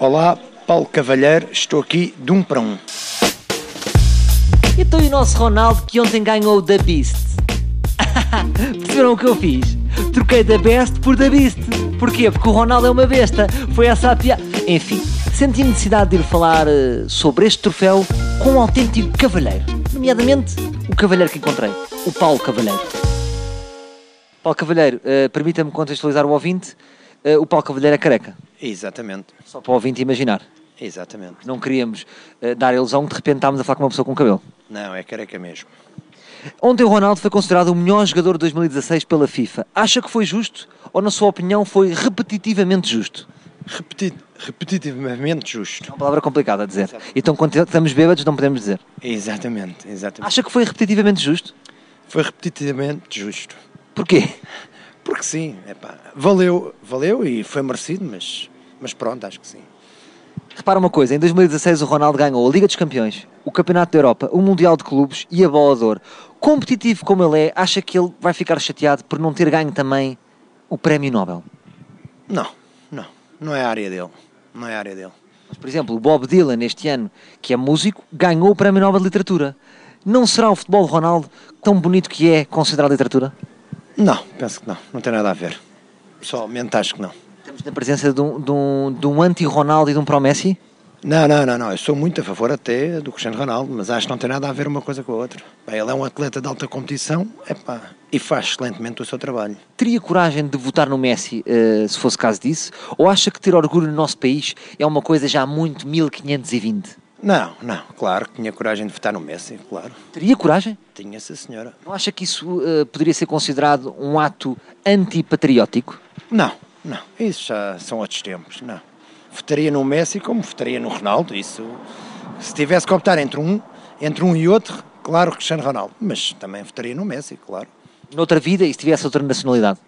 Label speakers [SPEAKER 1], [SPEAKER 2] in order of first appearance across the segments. [SPEAKER 1] Olá, Paulo Cavalheiro, estou aqui de um para um.
[SPEAKER 2] Então e o nosso Ronaldo que ontem ganhou o The Beast? Perceberam o que eu fiz? Troquei The Best por The Beast. Porquê? Porque o Ronaldo é uma besta. Foi essa a piada. Enfim, senti necessidade de ir falar eh, sobre este troféu com um autêntico cavalheiro. Nomeadamente, o cavalheiro que encontrei. O Paulo Cavalheiro. Paulo Cavalheiro, eh, permita-me contextualizar o ouvinte. Eh, o Paulo Cavalheiro é careca.
[SPEAKER 1] Exatamente,
[SPEAKER 2] Só para o ouvinte imaginar.
[SPEAKER 1] exatamente.
[SPEAKER 2] Não queríamos eh, dar a ilusão que de repente estávamos a falar com uma pessoa com cabelo.
[SPEAKER 1] Não, é careca mesmo.
[SPEAKER 2] Ontem o Ronaldo foi considerado o melhor jogador de 2016 pela FIFA. Acha que foi justo ou, na sua opinião, foi repetitivamente justo?
[SPEAKER 1] Repeti- repetitivamente justo.
[SPEAKER 2] É uma palavra complicada a dizer. Então, quando estamos bêbados, não podemos dizer.
[SPEAKER 1] Exatamente, exatamente.
[SPEAKER 2] Acha que foi repetitivamente justo?
[SPEAKER 1] Foi repetitivamente justo.
[SPEAKER 2] Porquê?
[SPEAKER 1] Porque sim, epá, valeu, valeu e foi merecido, mas, mas pronto, acho que sim.
[SPEAKER 2] Repara uma coisa, em 2016 o Ronaldo ganhou a Liga dos Campeões, o Campeonato da Europa, o Mundial de Clubes e a Bola de Ouro. Competitivo como ele é, acha que ele vai ficar chateado por não ter ganho também o Prémio Nobel?
[SPEAKER 1] Não, não, não é a área dele. Não é a área dele.
[SPEAKER 2] Mas, por exemplo, o Bob Dylan, este ano, que é músico, ganhou o Prémio Nobel de Literatura. Não será o futebol do Ronaldo, tão bonito que é, considerado literatura?
[SPEAKER 1] Não, penso que não, não tem nada a ver. Pessoalmente acho que não.
[SPEAKER 2] Estamos na presença de um, de um- de um anti-Ronaldo e de um pró-Messi?
[SPEAKER 1] Não, não, não, não. Eu sou muito a favor até do Cristiano Ronaldo, mas acho que não tem nada a ver uma coisa com a outra. Bem, ele é um atleta de alta competição epá, e faz excelentemente o seu trabalho.
[SPEAKER 2] Teria coragem de votar no Messi, eh, se fosse caso disso? Ou acha que ter orgulho no nosso país é uma coisa já muito 1520?
[SPEAKER 1] Não, não, claro que tinha coragem de votar no Messi, claro.
[SPEAKER 2] Teria coragem?
[SPEAKER 1] Tinha essa senhora.
[SPEAKER 2] Não acha que isso eh, poderia ser considerado um ato antipatriótico?
[SPEAKER 1] Não, não. Isso já são outros tempos, não. Votaria no Messi como votaria no Ronaldo, isso. Se tivesse que optar entre um, entre um e outro, claro, Cristiano Ronaldo. Mas também votaria no Messi, claro.
[SPEAKER 2] Noutra vida e se tivesse outra nacionalidade?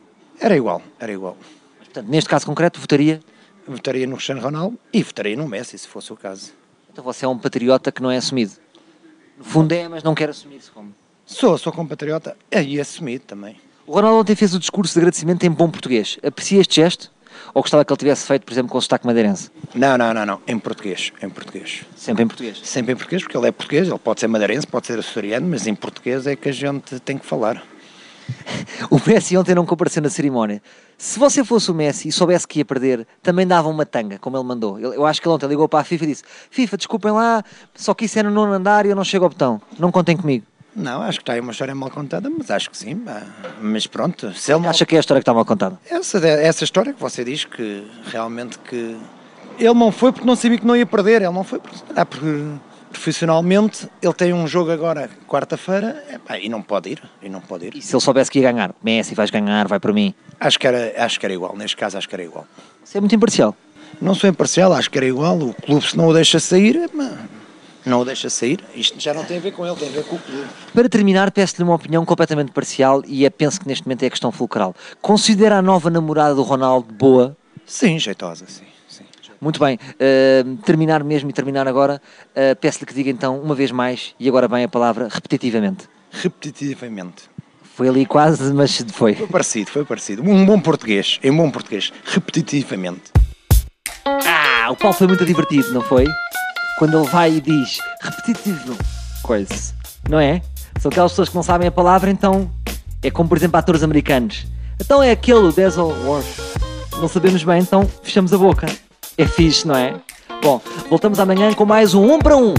[SPEAKER 1] Era igual, era igual.
[SPEAKER 2] Mas, portanto, neste caso concreto, votaria
[SPEAKER 1] Votaria no Cristiano Ronaldo e votaria no Messi, se fosse o caso.
[SPEAKER 2] Então você é um patriota que não é assumido. No fundo é, mas não quer assumir-se como.
[SPEAKER 1] Sou, sou compatriota e assumido também.
[SPEAKER 2] O Ronaldo ontem fez o discurso de agradecimento em bom português. Aprecia este gesto? Ou gostava que ele tivesse feito, por exemplo, com o sotaque madeirense?
[SPEAKER 1] Não, não, não, não, em português, em português.
[SPEAKER 2] Sempre em português.
[SPEAKER 1] Sempre em português, porque ele é português, ele pode ser madeirense, pode ser açoriano, mas em português é que a gente tem que falar.
[SPEAKER 2] O Messi ontem não compareceu na cerimónia. Se você fosse o Messi e soubesse que ia perder, também dava uma tanga, como ele mandou. Ele- Eu acho que ele ontem ligou para a FIFA e disse FIFA, desculpem lá, só que isso é no nono andar e eu não chego ao botão. Não contem comigo.
[SPEAKER 1] Não, acho que está aí uma história mal contada, mas acho que sim. pá. Mas pronto, se ele não...
[SPEAKER 2] Acha que é a história que está mal contada?
[SPEAKER 1] essa, essa história que você diz que realmente que ele não foi porque não sabia que não ia perder, ele não foi porque, ah, porque profissionalmente ele tem um jogo agora quarta-feira epá, e não pode ir, e não pode ir.
[SPEAKER 2] E se ele soubesse que ia ganhar? Messi, vais ganhar, vai para mim.
[SPEAKER 1] Acho que era, acho que era igual, neste caso acho que era igual.
[SPEAKER 2] Você é muito imparcial.
[SPEAKER 1] Não sou imparcial, acho que era igual. O clube, se não o deixa sair, é, pá, não o deixa sair. Isto já não tem a ver com ele, tem a ver com o clube.
[SPEAKER 2] Para terminar, peço-lhe uma opinião completamente parcial e é, penso que neste momento é a questão fulcral. Considera a nova namorada do Ronaldo boa?
[SPEAKER 1] Sim, jeitosa, sim. sim.
[SPEAKER 2] Muito bem, ehm, terminar mesmo e terminar agora, eh, peço-lhe que diga então uma vez mais, e agora bem a palavra repetitivamente.
[SPEAKER 1] Repetitivamente.
[SPEAKER 2] Foi ali quase, mas foi.
[SPEAKER 1] Foi parecido, foi parecido. Um bom português, em bom português, repetitivamente.
[SPEAKER 2] Ah, o Paulo foi muito divertido, não foi? Quando ele vai e diz repetitivo, coisa, não é? São aquelas pessoas que não sabem a palavra, então é como por exemplo atores americanos. Então é aquele, o Denzel Washington. Não sabemos bem, então fechamos a boca. É fixe, não é? Bom, voltamos amanhã com mais um 1 para 1.